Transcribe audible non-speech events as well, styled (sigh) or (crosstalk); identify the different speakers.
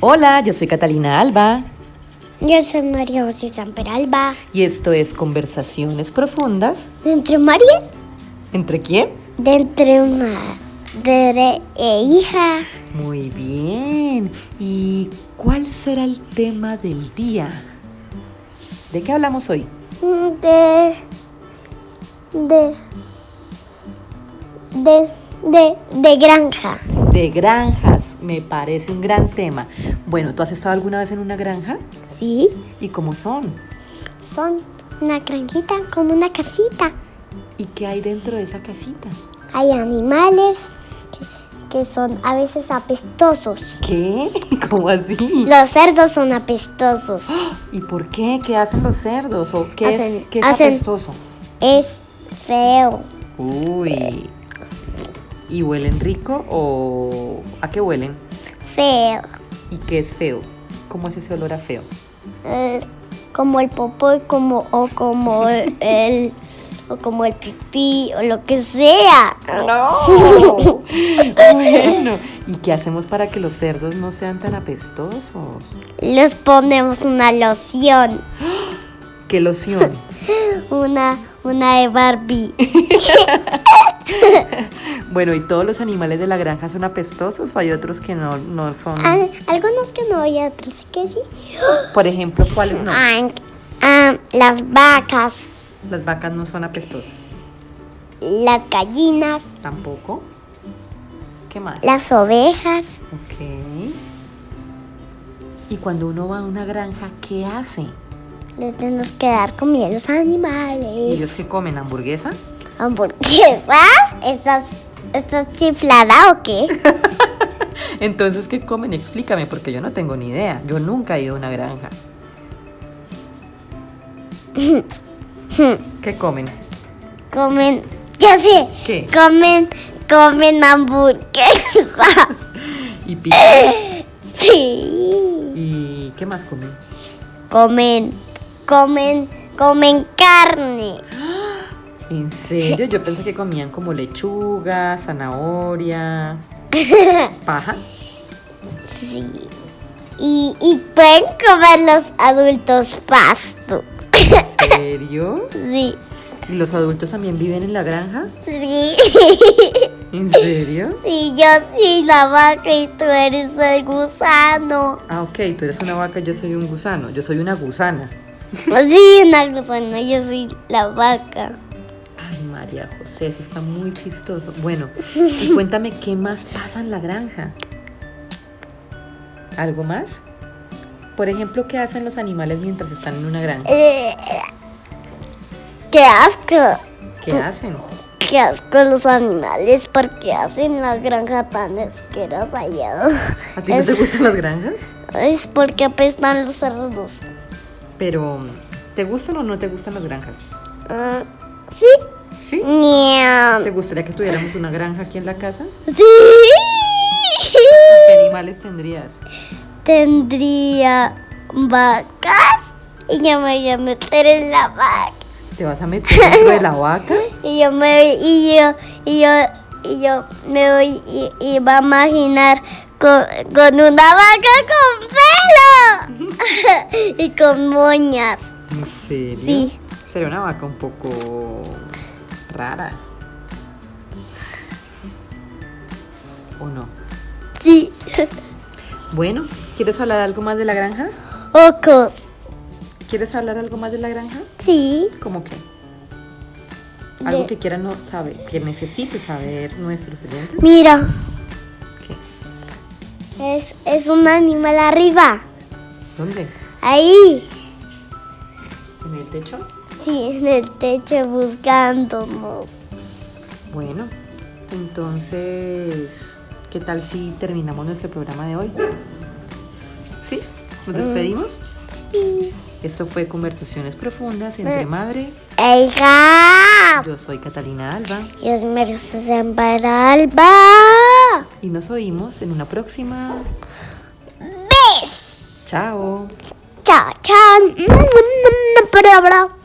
Speaker 1: Hola, yo soy Catalina Alba
Speaker 2: Yo soy María José Samperalba.
Speaker 1: y esto es Conversaciones Profundas.
Speaker 2: ¿De entre María?
Speaker 1: ¿Entre quién?
Speaker 2: De entre madre e hija.
Speaker 1: Muy bien. ¿Y cuál será el tema del día? ¿De qué hablamos hoy?
Speaker 2: De. De. De. De, de granja.
Speaker 1: De granjas. Me parece un gran tema. Bueno, ¿tú has estado alguna vez en una granja?
Speaker 2: Sí.
Speaker 1: ¿Y cómo son?
Speaker 2: Son una granjita como una casita.
Speaker 1: ¿Y qué hay dentro de esa casita?
Speaker 2: Hay animales que, que son a veces apestosos.
Speaker 1: ¿Qué? (laughs) ¿Cómo así?
Speaker 2: Los cerdos son apestosos.
Speaker 1: ¿Y por qué? ¿Qué hacen los cerdos? ¿O qué es,
Speaker 2: Hacen-
Speaker 1: qué es
Speaker 2: hacen-
Speaker 1: apestoso?
Speaker 2: Es feo.
Speaker 1: Uy. ¿Y huelen rico o a qué huelen?
Speaker 2: Feo.
Speaker 1: ¿Y qué es feo? ¿Cómo es ese olor a feo?
Speaker 2: Eh, como el popó y como o
Speaker 1: (laughs)
Speaker 2: como el, el- o como el pipí o lo que sea.
Speaker 1: No. bueno, ¿y qué hacemos para que los cerdos no sean tan apestosos?
Speaker 2: Les ponemos una loción,
Speaker 1: ¿Qué loción?
Speaker 2: una una
Speaker 1: (laughs)
Speaker 2: de Barbie.
Speaker 1: Bueno, ¿y todos los animales de la granja son apestosos o hay otros que no, no son?
Speaker 2: Al- algunos que no y otros que sí.
Speaker 1: Por ejemplo, ¿cuáles no?
Speaker 2: Ah, ah, las vacas,
Speaker 1: Las vacas no son apestosas.
Speaker 2: las gallinas,
Speaker 1: Tampoco. ¿Qué más?
Speaker 2: las ovejas.
Speaker 1: Ok. Y cuando uno va a una granja, ¿qué hace?
Speaker 2: Le tenemos que dar comida a los
Speaker 1: ¿Y
Speaker 2: animales. Ah,
Speaker 1: ellos qué comen? ¿Hamburguesa?
Speaker 2: ¿Hamburguesas? ¿Estás, estás chiflada o qué?
Speaker 1: Entonces, ¿qué comen? Explícame, porque yo no tengo ni idea. Yo nunca he ido a una granja. ¿Qué comen?
Speaker 2: Comen, ya sé,
Speaker 1: ¿Qué?
Speaker 2: comen, comen hamburguesa.
Speaker 1: ¿Y pizza?
Speaker 2: (laughs) sí.
Speaker 1: ¿Y qué más comen?
Speaker 2: Comen, comen, comen carne. (laughs)
Speaker 1: ¿En serio? Yo pensé que comían como lechuga, zanahoria, paja.
Speaker 2: Sí. Y, y pueden comer los adultos pasto.
Speaker 1: ¿En serio?
Speaker 2: sí.
Speaker 1: ¿Y los adultos también viven en la granja?
Speaker 2: Sí. (laughs)
Speaker 1: ¿En serio?
Speaker 2: sí, yo soy la vaca y tú eres el gusano. (laughs)
Speaker 1: Ah, ok, tú eres una vaca, yo soy un gusano, yo soy una gusana.
Speaker 2: Sí, una gusano, yo soy la vaca.
Speaker 1: Ay, María José, eso está muy chistoso. Bueno, (laughs) y cuéntame qué más pasa en la granja. ¿Algo más? Por ejemplo, ¿qué hacen los animales mientras están en una granja?
Speaker 2: Eh, ¡Qué asco!
Speaker 1: ¿Qué hacen?
Speaker 2: Qué asco los animales, porque hacen la granja tan asquerosa ya?
Speaker 1: ¿A ti no te gustan las granjas?
Speaker 2: Es porque apestan los cerdos.
Speaker 1: Pero, ¿te gustan o no te gustan las granjas?
Speaker 2: Ah, ¿Sí?
Speaker 1: ¿Sí? ¿Te
Speaker 2: Ñam.
Speaker 1: gustaría que tuviéramos una granja aquí en la casa?
Speaker 2: ¡Sí!
Speaker 1: ¿Qué animales tendrías?
Speaker 2: Tendría vacas y yo me voy a meter en la vaca.
Speaker 1: ¿Te vas a meter dentro de la vaca?
Speaker 2: Y yo me y yo y yo y yo me voy y, y va a imaginar con, con una vaca con pelo (laughs) y con moñas.
Speaker 1: ¿En serio?
Speaker 2: Sí.
Speaker 1: Sería una vaca un poco rara. ¿O no?
Speaker 2: Sí. (laughs)
Speaker 1: Bueno, ¿quieres hablar algo más de la granja?
Speaker 2: Ocos.
Speaker 1: ¿Quieres hablar algo más de la granja?
Speaker 2: Sí.
Speaker 1: ¿Cómo qué? Algo
Speaker 2: De-
Speaker 1: que quieran no saber, que necesite saber nuestros oyentes.
Speaker 2: Mira,
Speaker 1: ¿Qué?
Speaker 2: es, es un animal arriba.
Speaker 1: ¿Dónde?
Speaker 2: Ahí.
Speaker 1: ¿En el techo?
Speaker 2: Sí, en el techo buscándonos.
Speaker 1: Bueno, entonces, ¿qué tal si terminamos nuestro programa de hoy? ¿Sí? ¿Nos
Speaker 2: Mm.
Speaker 1: despedimos?
Speaker 2: Sí.
Speaker 1: Esto fue Conversaciones Profundas entre
Speaker 2: Eh. ah.
Speaker 1: Madre.
Speaker 2: ¡Ey, ja!
Speaker 1: Yo soy Catalina Alba
Speaker 2: Dios me en para alba.
Speaker 1: y nos oímos en una próxima.
Speaker 2: ¡Ves!
Speaker 1: Chao.
Speaker 2: Chao, chao. Mm, mm, mm, mm, bra, bra.